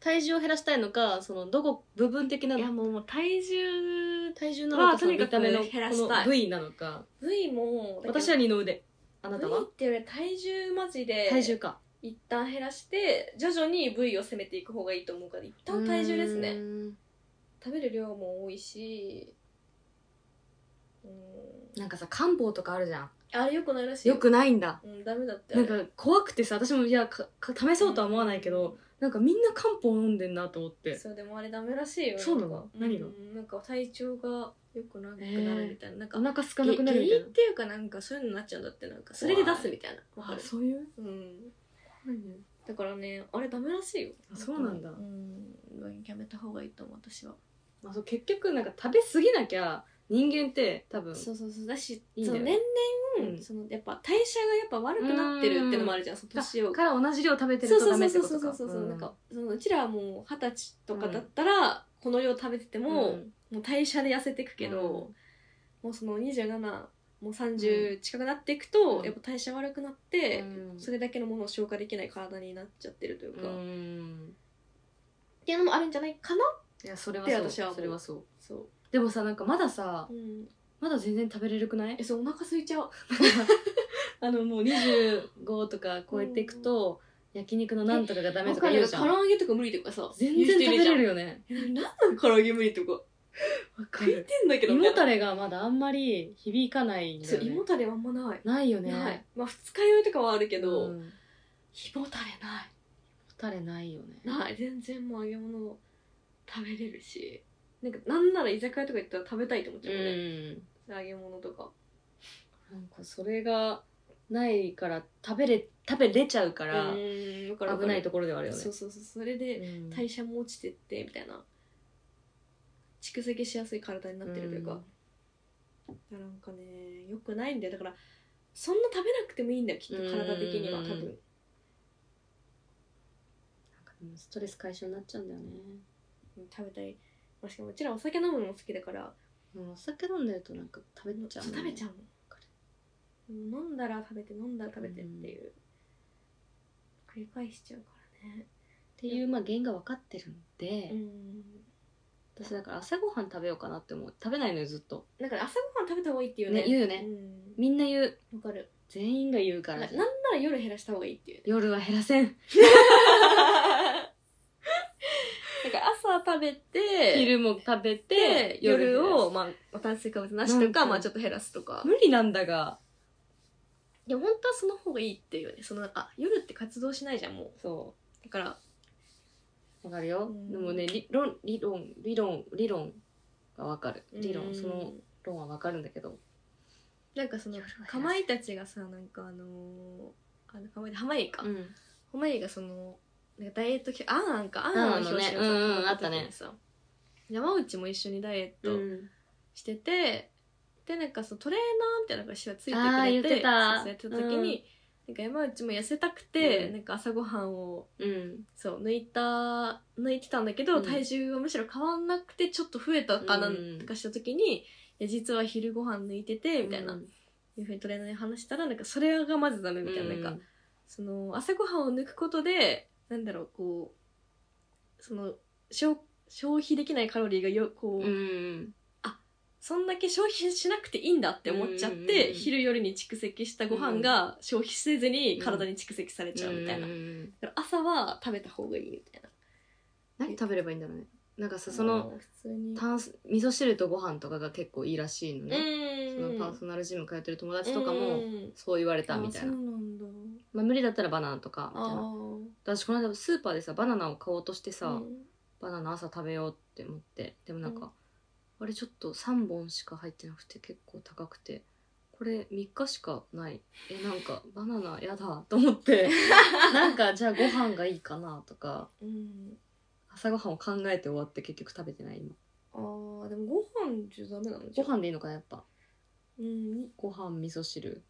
S2: 体重を減らしたいのか、その、どこ、部分的ない
S1: やもうもう体重
S2: 体重なの
S1: まあ
S2: か、その
S1: とにか
S2: 見
S1: く
S2: た目の、こ
S1: 減らしたい
S2: の部位なのか。
S1: 部位も
S2: 私は二の腕。あ
S1: あ
S2: なたは
S1: っていうより体重マジで
S2: 体重か。
S1: 一旦減らして徐々に部位を攻めていく方がいいと思うから一旦体重です
S2: う
S1: ね
S2: ーん。
S1: 食べる量も多いしうーん
S2: なんかさ、漢方とかあるじゃん。
S1: あれよくないらしい
S2: よくないんだ
S1: うんダメだって
S2: なんか怖くてさ私もいやかか試そうとは思わないけど、なんかみんな漢方飲んでんなと思って
S1: そうでもあれダメらしいよ
S2: そうなの何が
S1: うんなんか体調が良くなくなるみたいな、なんか
S2: お腹空か
S1: 下
S2: な
S1: 痢
S2: くなるみたいな
S1: っていうかなんかそういうのになっちゃうんだってなんかそれで出すみたいなわか
S2: あ
S1: る
S2: そういう
S1: うんだからねあれダメらしいよ
S2: あそうなんだ
S1: うんやめた方がいいと思う私は
S2: まあ、そう結局なんか食べ過ぎなきゃ人間って多分
S1: そうそうそうだし
S2: いいん
S1: そ
S2: だ
S1: の
S2: よ
S1: 年々、
S2: うん
S1: そのやっぱ代謝がやっぱ悪くなってるってのもあるじゃんその年を
S2: から同じ量食べて
S1: そう
S2: ると
S1: そ
S2: ダ
S1: う
S2: メ
S1: そう
S2: ってこ
S1: そ
S2: と
S1: うそう
S2: か
S1: そう、
S2: ん
S1: なんかそのうちらはもう二十歳とかだったら、この量食べてても、
S2: うん
S1: もう代謝で痩せてくけど、
S2: うん
S1: もうその27もう30近くなっていくと、
S2: うん
S1: やっぱ代謝悪くなって、
S2: うん
S1: それだけのものを消化できない体になっちゃってるというか、
S2: う
S1: っ
S2: ん
S1: ていうのもあるんじゃないかない
S2: やそれは
S1: って
S2: そう
S1: 私は思う
S2: それはそう
S1: そ
S2: でもさなんかまださ
S1: う、うん、
S2: まだ全然食べれるくない
S1: えそうお腹空いちゃう
S2: あのもう25とか超えていくと、焼肉のなんとかがダメ
S1: わ
S2: と
S1: か
S2: か
S1: る
S2: 言う
S1: よ
S2: じ
S1: 唐
S2: ゃん
S1: 揚げとか無理とかさ
S2: 全然食べれる
S1: る
S2: よね
S1: 何なん唐揚げ無理とか
S2: わ
S1: 書
S2: か
S1: いて
S2: る
S1: んだけど
S2: 胃もた
S1: れ
S2: れがまだあんまり響かないんだ
S1: そ
S2: よ
S1: う
S2: ね
S1: 胃もたれはあんまない、
S2: ないよね
S1: ないまあ二日酔いとかはあるけ
S2: け
S1: ど、
S2: 胃も
S1: 胃もたれない
S2: たれないよね
S1: ない <laughs> 全然もう揚げ物食べれるしなんかなんなら居酒屋とか行ったら食べたいと思っちゃうもんね、
S2: ん
S1: 揚げ物とか
S2: なんかそれがないから食べれ食べれちゃうか
S1: う
S2: ら
S1: ーんわかるわか
S2: 危
S1: る
S2: ないところではあるよね
S1: そうそうそうそれで
S2: うん
S1: 代謝も落ちてってみたいな蓄積しやすい体になってるというか、いやなんかねよくないんだよだからそんな食べなくてもいいんだよきっと体的には
S2: うん
S1: 多分
S2: なんかでもストレス解消になっちゃうんだよね
S1: 食べたいまあしかもうちらお酒飲むのも好きだから
S2: もうお酒飲んでるとなんか食べちゃう
S1: そう食べちゃ
S2: う
S1: うのもう飲んだら食べて飲んだら食べてっていう、繰り返しちゃうからね
S2: っていうまあ原因が分かってるんで、
S1: うん
S2: 私だから朝ごはん食べようかなって思う食べないのよずっと
S1: なんか朝ごはん食べた方がいいっていうね
S2: ね言うよね
S1: うん
S2: みんな言う
S1: わかる
S2: 全員が言うか
S1: な
S2: ら
S1: なんなら夜減らした方がいいっていうね
S2: 夜は減らせん
S1: なんか朝食べて
S2: 昼も食べ
S1: で
S2: て
S1: 夜
S2: 夜
S1: を
S2: を、
S1: まあまあ炭水化物なし
S2: な
S1: と
S2: んか
S1: かまあちょっと減らすとか
S2: 無理なんだが
S1: いや本当はその方がいいっていうよねそのなんか夜って活動しないじゃんもう
S2: そう
S1: だから
S2: わかるよ、
S1: うん
S2: でもね理論理論理論理論がわかる理論、
S1: うん
S2: その論はわかるんだけど
S1: なんかその
S2: 夜は減らす
S1: かまいたちがさなんかあのーあのかまいた濱家か、
S2: ん
S1: 濱家がそのなんかダイエットきあんあんかあんあんの表紙
S2: あんあんのね
S1: を
S2: うんうん
S1: さ
S2: あったね
S1: さ山内も一緒にダイエッ
S2: う
S1: ト
S2: ん
S1: してて、でなんかそのトレーナーみたいなのが私はついてく
S2: あー言
S1: れ
S2: っててた
S1: そうそうやってた時に、なんか山内も痩せたくて、
S2: うん
S1: なんか朝ごはんを
S2: うん
S1: そう抜いた抜いてたんだけど、
S2: うん
S1: 体重はむしろ変わんなくてちょっと増えたかなんかした時に、いや実は昼ご飯抜いててみたいな、
S2: うん
S1: いうふうにトレーナーに話したらなんかそれがまずダメみたいな,、なんかその朝ごはんを抜くことでなんだろうこうその消消費できないカロリーがよこう、
S2: うん
S1: そんだけ消費しなくていいんだって思っちゃっ
S2: うんうんうん
S1: て、
S2: うん
S1: 昼夜に蓄積したご飯が消費せずに体に蓄積されちゃうみたいな、
S2: う
S1: だ
S2: ん
S1: から朝は食べた方がいいみたいな
S2: 何食べればいいんだろうねなんかさその
S1: 普通に
S2: 炭水味噌汁とご飯とかが結構いいらしいの
S1: う
S2: ね、
S1: ん
S2: そのパーソナルジム通ってる友達とか
S1: う
S2: も
S1: ん
S2: そう言われたみたいな、
S1: あそうなんだ
S2: まあ、無理だったらバナナとかみたいな
S1: あ
S2: 私この間スーパーでさバナナを買おうとしてさ、
S1: あ
S2: バナナ朝食べようって思ってでもなんか、あれちょっと3本しか入ってなくて結構高くてこれ3日しかないえなんかバナナやだと思って
S1: <laughs>
S2: なんかじゃあご飯がいいかなとか
S1: うん
S2: 朝ごはんを考えて終わって結局食べてない今
S1: あーでもご飯じゃダメなのじ
S2: ご
S1: ゃん
S2: 飯でいいのかなやっぱ
S1: うん
S2: ご飯味噌汁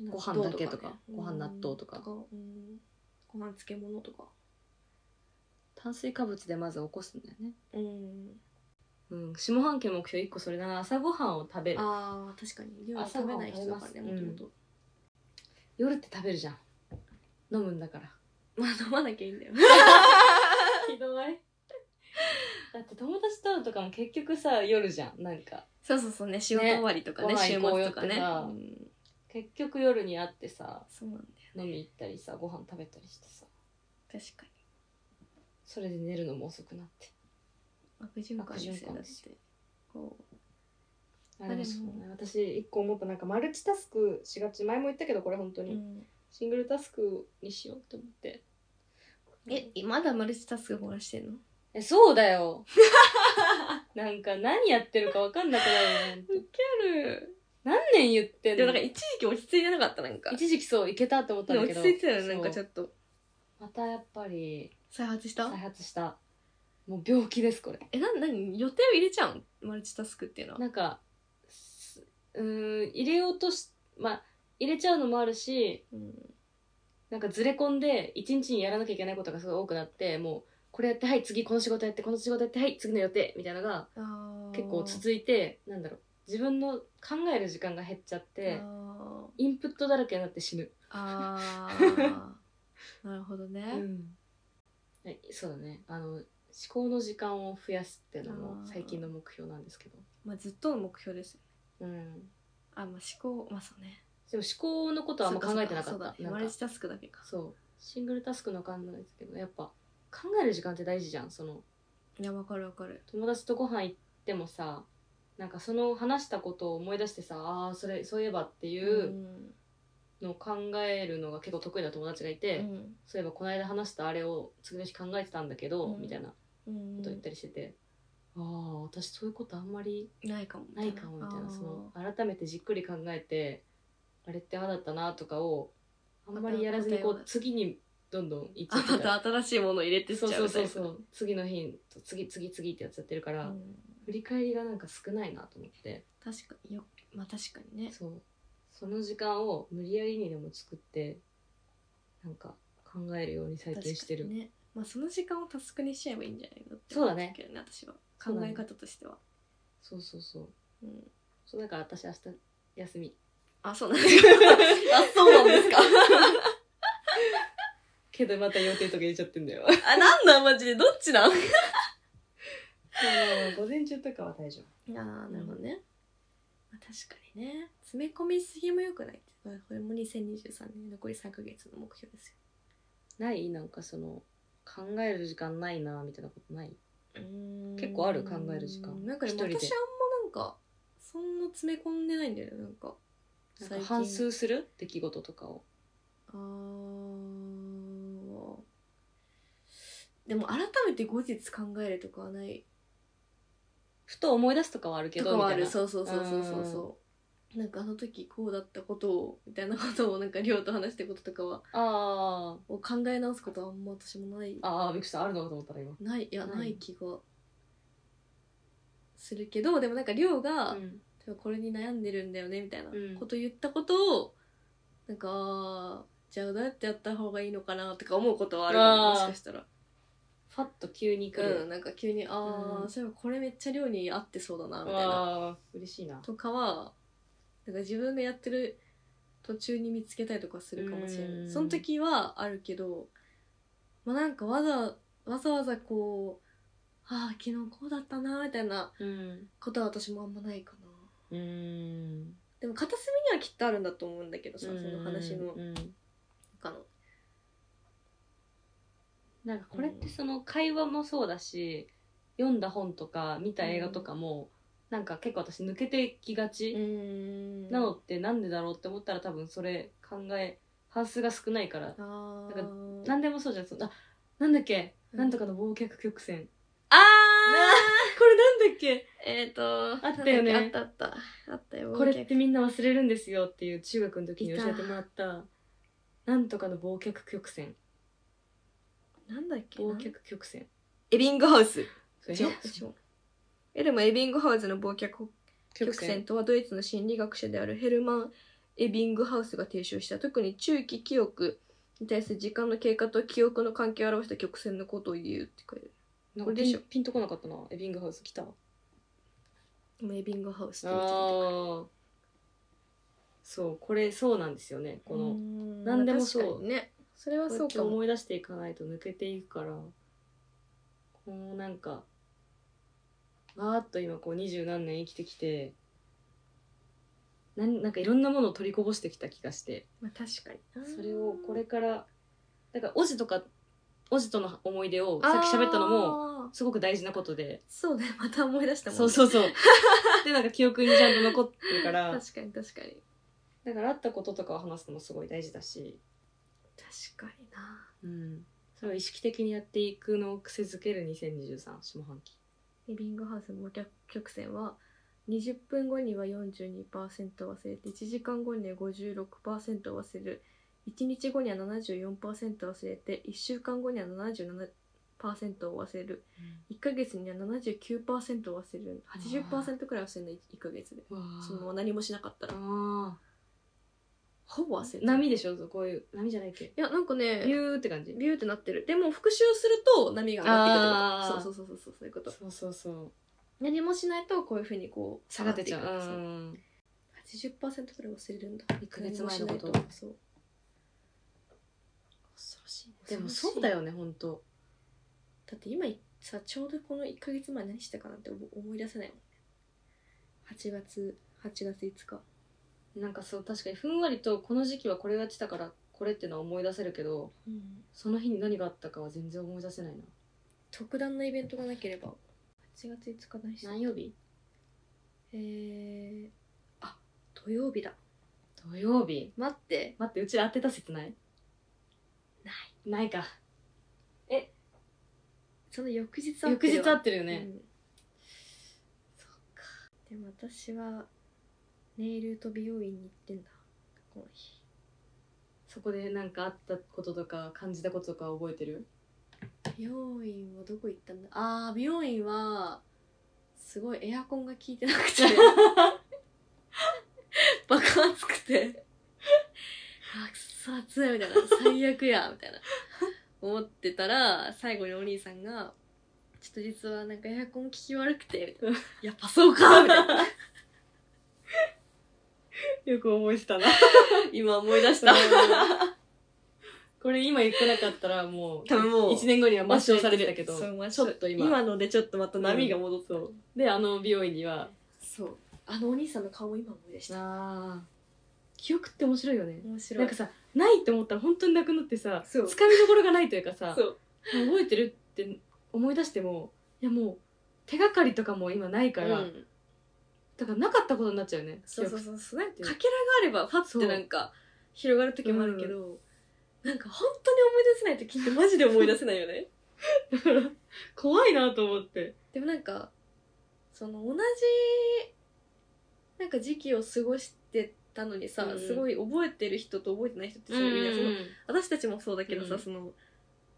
S1: 納
S2: ご
S1: 豆
S2: 飯だけとか
S1: ね
S2: ご飯納豆とか
S1: うんうんご飯漬物とか
S2: 炭水化物でまず起こすんだよね
S1: うん
S2: うん下半期の目標1個それだな朝ごはんを食べる
S1: あー確かに料理食べない人だからね
S2: 朝ごは
S1: もと
S2: ん食べ
S1: も
S2: ます
S1: と
S2: 夜って食べるじゃん飲むんだから
S1: まあ飲まなきゃいいんだよ
S2: <laughs> ひどい。 <laughs> だって友達と会うとかも結局さ夜じゃんなんか
S1: そうそうそうね仕事終わりとかね
S2: ご
S1: 週
S2: 飯
S1: 末
S2: 行こうよ
S1: とかね
S2: ってさ
S1: うん
S2: 結局夜に会ってさ
S1: そうなんだよ
S2: 飲み行ったりさご飯食べたりしてさ
S1: 確かに
S2: それで寝るのも遅くなって
S1: 悪循環ですよ
S2: 悪循環
S1: だっ
S2: です
S1: てこう
S2: あで
S1: あで
S2: も
S1: も
S2: そうね私一個思ったなんかマルチタスクしがち前も言ったけどこれ本当
S1: う
S2: に、
S1: ん
S2: シングルタスクにしようって思って
S1: えまだマルチタスクこなしてんの
S2: えそうだよ <laughs> なんか何やってるか分かんなくなるよほんと
S1: キャル
S2: 何年言ってん
S1: で
S2: の
S1: もなんか一時期落ち着いてなかったなんか
S2: 一時期そういけたって思った
S1: で
S2: ん
S1: も
S2: だ
S1: 落
S2: け
S1: ち着
S2: ど
S1: いてたよねなんかち
S2: そ
S1: ょ
S2: う
S1: っと
S2: またやっぱり
S1: 再発した
S2: 再発したもう病気ですこれ
S1: えな何予定を入れちゃうのマルチタスクっていうのは
S2: なんかすうーん入れようとしまあ入れちゃうのもあるし
S1: うん
S2: なんかずれ込んで一日にやらなきゃいけないことがすごい多くなってもうこれやってはい次この仕事やってこの仕事やってはい次の予定みたいなのが
S1: あー
S2: 結構続いてなんだろう自分の考える時間が減っちゃって
S1: あ
S2: インプットだらけになって死ぬ、
S1: ーあーなるほどね、
S2: はいそうだねあの思考の時間を増やすっていうのも
S1: あー
S2: 最近の目標なんですけど、
S1: まあずっとの目標ですよ
S2: うん、
S1: あまあ思考まあそうね
S2: でも思考のことはあんま考えてなか
S1: そ
S2: っ
S1: う
S2: た
S1: だね
S2: なん
S1: マ
S2: か
S1: ルチタスクだけか
S2: そうシングルタスクの考えですけどやっぱ考える時間って大事じゃんその
S1: いやわかるわかる
S2: 友達とご飯行ってもさなんかその話したことを思い出してさああそれそういえばって
S1: う
S2: いうんのを考えるのが結構得意な友達がいて、
S1: うん
S2: そういえばこの間話したあれを次の日考えてたんだけど、
S1: うん
S2: みたいなこ
S1: うん
S2: と言ったりしてて、ああ私そういうことあんまり
S1: ないかも
S2: ないかもみたいなその改めてじっくり考えてあれってああだったなとかをあんまりやらずにこ
S1: ま
S2: う
S1: た
S2: 次にどんどん行っち
S1: あ
S2: ゃ
S1: ー
S2: っ
S1: <laughs>
S2: て
S1: あ
S2: た
S1: また新しいもの入れてっちゃ
S2: そうう
S1: みた
S2: そ
S1: いうな
S2: そうそう次の日と次次次ってやっちゃってるから、
S1: うん
S2: 振り返りがなんか少ないなと思って
S1: 確かによまあ確かにね
S2: そうその時間を無理やりにでも作ってなんか考えるように最近してる、
S1: 確かにねまあその時間をタスクにしちゃえばいいんじゃないのって
S2: そうだね
S1: 思けど私は
S2: そう
S1: 考
S2: だね
S1: え方としては
S2: そうそうそう
S1: うん
S2: そうだから私明日休み
S1: あそう
S2: <laughs>
S1: なんですかあそうなんですか
S2: けどまた予定とか入れちゃってんだよ
S1: あなんだマジでどっちなん
S2: 午前中とかは大丈
S1: ああなるほどね、まあ、確かにね詰め込みすぎもよくないってまあこれも2023年残り3ヶ月の目標です
S2: 夫ないなんかその考える時間ないなみたいなことない
S1: よ
S2: 結構ある考える時間
S1: なんかでも
S2: 一人で
S1: 私あんまなんかそんな詰め込んでないんだよねなんか
S2: なんか反
S1: 最近
S2: 数する出来事とかを
S1: あーでも改めて後日考えるとかはない
S2: ふと思い出すとかはあるけ
S1: と
S2: ど
S1: かはあ
S2: みたい
S1: る
S2: な
S1: そうそうそうそうそうそうなんかあの時こうだったことをみたいなことをなんか亮と話したこととかは
S2: あ
S1: を考え直すことはあんま私もない
S2: ーあーびっくりしたあるのかと思ったら今
S1: ないいや
S2: ない
S1: ない気がするけどでもなんか亮が、
S2: う
S1: 例
S2: ん
S1: えばこれに悩んでるんだよねみたいな
S2: うん
S1: こと言ったことを、なんかあーじゃあどうやってやった方がいいのかなとか思うことはあるか
S2: あー
S1: ももしかしたら
S2: ファッと急に来る、
S1: うんなんか急にああ、
S2: うん
S1: そういえばこれめっちゃ亮に合ってそうだなみたいな
S2: わあ嬉しいな
S1: とかはなんか自分がやってる途中に見つけたりとかするかもしれな
S2: う
S1: い
S2: ん
S1: その時はあるけどまあなんかわざわざわざこうああ昨日こうだったなみたいな
S2: うん
S1: ことは私もあんまないかな
S2: うん
S1: でも片隅にはきっとあるんだと思うんだけどさその話の
S2: うん
S1: 中の
S2: なんかこれってその会話もそうだし読んだ本とか見た映画とかも、なんか結構私抜けてきがち
S1: ん
S2: なのってなんでだろうって思ったら多分それ考え半数が少ないから
S1: あ
S2: な
S1: ー
S2: 何でもそうじゃんそのあなんだっけ、
S1: うん
S2: なんとかの忘却曲線
S1: あ
S2: これなんだっけ
S1: ーえっ、と
S2: あったよね
S1: なんだっけあったあったあったよ
S2: これってみんな忘れるんですよっていう中学の時に教えてもらったなんとかの忘却曲線
S1: なんだっけな
S2: 忘却曲線
S1: エビングハウス
S2: え
S1: 違う違うえでもエビングハウスの忘却
S2: 曲
S1: 曲線とはドイツの心理学者であるヘルマン・エビングハウスが提唱した特に中期記憶に対する時間の経過と記憶の関係を表した曲線のことを言うって書いて
S2: なん
S1: こ
S2: か
S1: れ
S2: ピ
S1: でしょ
S2: ンピンとこなかったなエビングハウス来たあ
S1: あるエビングハウスって言ってた
S2: ーそうこれそうなんですよねこの、
S1: の
S2: 何でもそう
S1: ねそれは
S2: こ
S1: そ
S2: うやっ
S1: う
S2: て
S1: かも
S2: 思い出していかないと抜けていくからこうなんかわーっと今こう二十何年生きてきてなんなんかいろんなものを取りこぼしてきた気がして
S1: まあ確かに
S2: それをこれからだからオジとかおじとの思い出を
S1: あー
S2: さっき喋ったのもすごく大事なことで
S1: そうだよまた思い出したもんね
S2: そうそうそう
S1: <laughs>
S2: でなんか記憶にちゃんと残ってるから
S1: 確かに確かに
S2: だから会ったこととかを話すのもすごい大事だし、
S1: 確かにな
S2: うん、それを意識的にやっていくのを癖づける2023下半期
S1: リビングハウスも逆曲線は20分後には42%忘れて1時間後には56%忘れる1日後には74%忘れて1週間後には77%を忘れる1ヶ月には79%忘れる80%くらい忘れない1ヶ月で
S2: うわー
S1: その何もしなかったら
S2: あ
S1: ほぼ忘れ
S2: ー
S1: てる
S2: 波でしょこういう波じゃないっけ
S1: いやなんかね
S2: ビューって感じ
S1: ビューってなってるでも復習すると波が上がってくるってこと
S2: あー
S1: そうそうそうそうそういうこと
S2: そうそうそう
S1: 何もしないとこういうふうにこう
S2: 下がってちゃう
S1: 下がっていく
S2: うん
S1: そう80%くらい忘れるんだ
S2: 1ヶ月前のこと
S1: 何もしないそう恐ろしいね
S2: でもそうだ
S1: よ
S2: よね本当
S1: だって今さちょうどこの1ヶ月前何したかなって思思い出せないもんね8月8月5日
S2: なんかそう確かにふんわりとこの時期はこれが来たからこれってのは思い出せるけど
S1: うん
S2: その日に何があったかは全然思い出せないな
S1: 特段のイベントがなければ8月5日何した
S2: 何曜日
S1: えー、あ土曜日だ
S2: 土曜日
S1: 待って
S2: 待ってうち当てた説ない
S1: ない
S2: ないか
S1: その翌日会っ
S2: 翌
S1: てるわ
S2: 日合ってるよ
S1: う
S2: ね、
S1: ん、そっかでも私はネイルと美容院に行ってんだこの日
S2: そこでなんかあったこととか感じたこととか覚えてる <laughs>
S1: 美容院はどこ行ったんだあー美容院はすごいエアコンが効いてなくてバカ暑くてあくそ暑いみたいな最悪やみたいな思ってたら最後にお兄さんが「ちょっと実はなんかエアコン効き悪くて」みたいな「やっぱそうか」みたいな
S2: よく思いしたな
S1: <laughs> 今思い出した
S2: これ今言ってなかったらもう
S1: 多分もう
S2: 1年後には抹消されてたけど
S1: そう抹消
S2: ちょっと今
S1: 今のでちょっとまた波が戻った、う
S2: であの美容院には
S1: そうあのお兄さんの顔も今思い出した
S2: あ記憶って面白いよね
S1: 面白い
S2: なんかさないって思ったら本当になくなってさつ
S1: そ
S2: か
S1: う
S2: みどころがないというかさ
S1: そう
S2: 覚えてるって思い出してもいやもう手がかりとかも今ないから、
S1: うん
S2: だからなかったことになっちゃうよね
S1: そうそう
S2: 記憶
S1: そうそうなんか
S2: て
S1: かけらがあればファッてなんか広がる時もあるけど、なんか本当に思い出せない時ってマジで思い出せないよね
S2: だから <laughs> 怖いなと思って
S1: <laughs> でもなんかその同じなんか時期を過ごしてたのにさ、
S2: うん
S1: すごい覚えてる人と覚えてない人って
S2: う
S1: すごいみんなその
S2: ん
S1: 私たちもそうだけどさ、
S2: うん
S1: その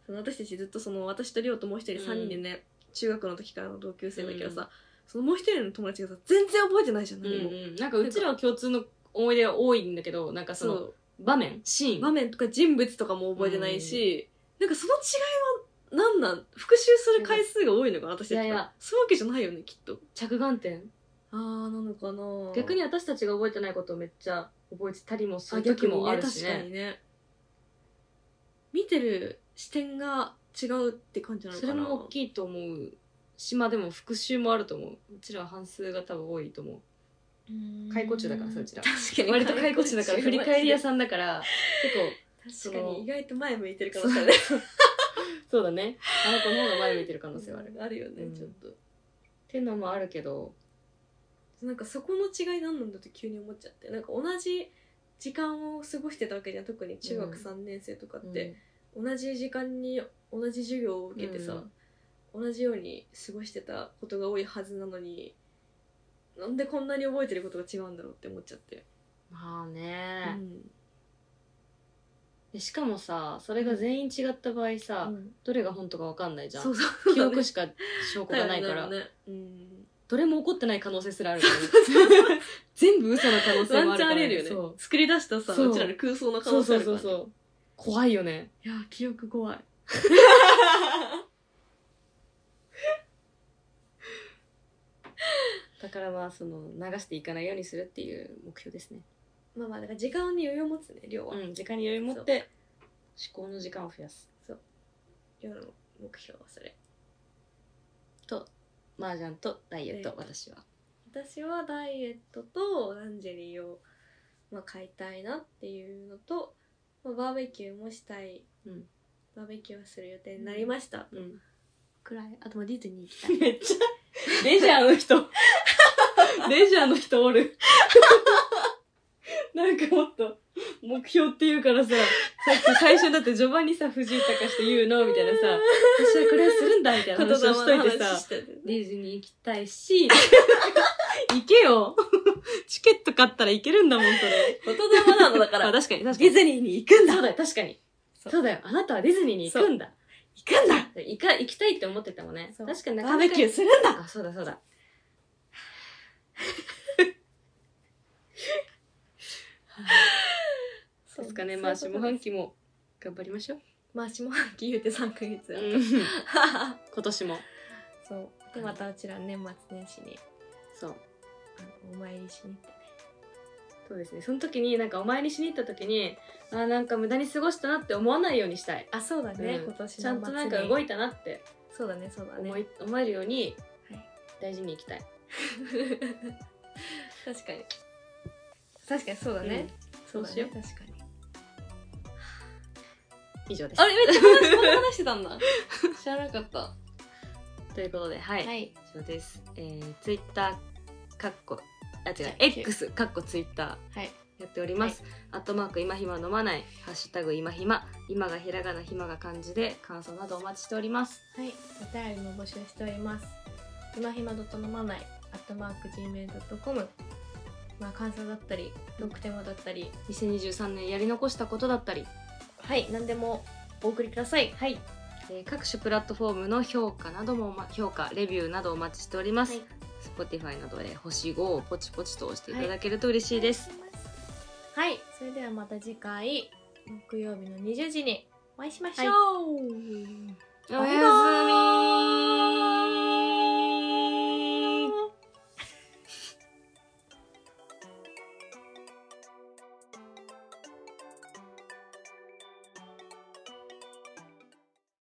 S1: その私たちずっとその私と亮ともう一人
S2: うん
S1: 3人でね、中学の時からの同級生だけどさ、そのもう一人の友達がさ全然覚えてないじゃん
S2: うん
S1: 何も、
S2: うんなんかうちらは共通の思い出が多いんだけどなんかそ
S1: そ
S2: の
S1: う
S2: 場面シーン
S1: 場面とか人物とかも覚えてないし、なんかその違いは何なん復習する回数が多いのかな私たちが
S2: いやいや
S1: そういうわけじゃないよねきっと
S2: 着眼点
S1: ああなのかな
S2: 逆に私たちが覚えてないことをめっちゃ覚えてたりもする
S1: あ逆
S2: 時
S1: にね
S2: もあるし
S1: 確か
S2: ね
S1: にね見てる視点が違うって感じなの
S2: そ
S1: かな
S2: れも大きいと思う島でも復習もあると思ううちらは半数が多分多いと思解雇中だからさう <laughs> ちら
S1: 確か
S2: う
S1: に
S2: 割と解雇地だから振り返り屋さんだから結構
S1: 確かに意外と前向いてる可
S2: 可
S1: 能
S2: 能
S1: 性あ
S2: 性あ
S1: る
S2: るそうだねあの子の方が前向いてる可能性はある、っ
S1: あるよね、
S2: うん
S1: ちょっと
S2: ていうのもあるけど
S1: なんかそこの違い何なんだって急に思っちゃってなんか同じ時間を過ごしてたわけじゃん特に中学3年生とかって、同じ時間に同じ授業を受けてさ、同じように過ごしてたことが多いはずなのになんでこんなに覚えてることが違うんだろうって思っちゃって、
S2: まあ
S1: う
S2: ね、
S1: ん
S2: でしかもさそれが全員違った場合さ、
S1: うん
S2: どれが本当か分かんないじゃ
S1: そ
S2: ん
S1: うそう
S2: 記憶しか証拠がないか
S1: <laughs> だ
S2: ら、
S1: よねうん
S2: どれも起こってない可能性すらあるからね全部嘘の可能性も
S1: ワ
S2: あ
S1: ン
S2: る
S1: チャ
S2: か
S1: ンあ
S2: ら、
S1: りえるよ
S2: そ
S1: ね作り出したさ
S2: そう
S1: うちらの空想の
S2: う
S1: 可
S2: そ
S1: 能
S2: う
S1: 性あ
S2: そう
S1: るか
S2: そ
S1: ら
S2: う
S1: ね
S2: そう怖いよね
S1: いやー記憶怖い
S2: だからまあその流していかないようにするっていう目標ですね
S1: まあまあだから時間に余裕を持つね量は、
S2: うん時間に余裕持って思考の時間を増やす
S1: 量の目標はそれ
S2: 麻雀とダイエット
S1: ダイエット
S2: 私は
S1: 私はダイエットとランジェリーを、まあ、買いたいなっていうのと、まあ、バーベキューもしたい
S2: うん
S1: バーベキューをする予定になりました、
S2: うん。
S1: くらいあとまあディズニー行きたい
S2: めっちゃ、レジャーの人。レジャーの人おる。なんかもっと、目標っていうからさ、さっき最初だって序盤にさ、藤井隆と言うのみたいなさ、私はこれはするんだみたいな話をしといてさ、ディズニー行きたいし、行けよチケット買ったら行けるんだもん、それ。
S1: 言霊なのだか
S2: あ
S1: らデ
S2: 確かに、確かに
S1: ィ。ズニーに行くんだ
S2: そうだよ、確かに。
S1: そう
S2: そうだよ、あなたはディズニーに行くんだ。
S1: 行くんだ
S2: 行か、行きたいって思ってたもんね。
S1: そう
S2: 確かにな
S1: バ
S2: か
S1: ー
S2: な
S1: ベ
S2: か
S1: キューするんだ
S2: あ、そうだそうだ。そうですかね。まあ、下半
S1: 期
S2: 期も頑張りましょう。
S1: まあ下半期言うて3ヶ月だ、
S2: 今年も。
S1: そうでまたうちら年末年始に
S2: そう。
S1: あのお参りしに行って
S2: そうですね。その時に、なんかお参りしに行った時に、あーなんか無駄に過ごしたなって思わないようにしたい。
S1: あそうだね、
S2: うん
S1: 今年の末
S2: ちゃんとなんか動
S1: い
S2: いたなって
S1: そうだねそうだね
S2: 思い、思えるように
S1: はい、
S2: 大事に行きたい。
S1: <laughs> 確かに確かにそうだね、そうだ
S2: そうしよ
S1: ね
S2: う
S1: 確かに
S2: 以上です
S1: あ。れめっちゃ話こんな話してたんだ知らなかったは
S2: <laughs> ということで、はい。
S1: い
S2: 以上です。えー、ツイッター、かっこ、あ、違う、
S1: Thank you
S2: X、かっこツイッター。
S1: はい
S2: やっております。アットマーク今暇飲まない、ハッシュタグ今暇、今がひらがな、暇が漢字で感想などお待ちしております。
S1: はい、お便りも募集しております。ひまひま .nomamai、アットマーク gmail.com。まあ、感想だったり、トークテーマだったり、
S2: 2023年やり残したことだったり、
S1: はい、何でもお送りください。
S2: はい、えー各種プラットフォームの評価などもおま、評価、レビューなどお待ちしております。
S1: はい
S2: Spotify などで星5をポチポチと押していただけると嬉しいです。
S1: はい、それではまた次回、木曜日の20時にお会いしましょう。
S2: おやすみ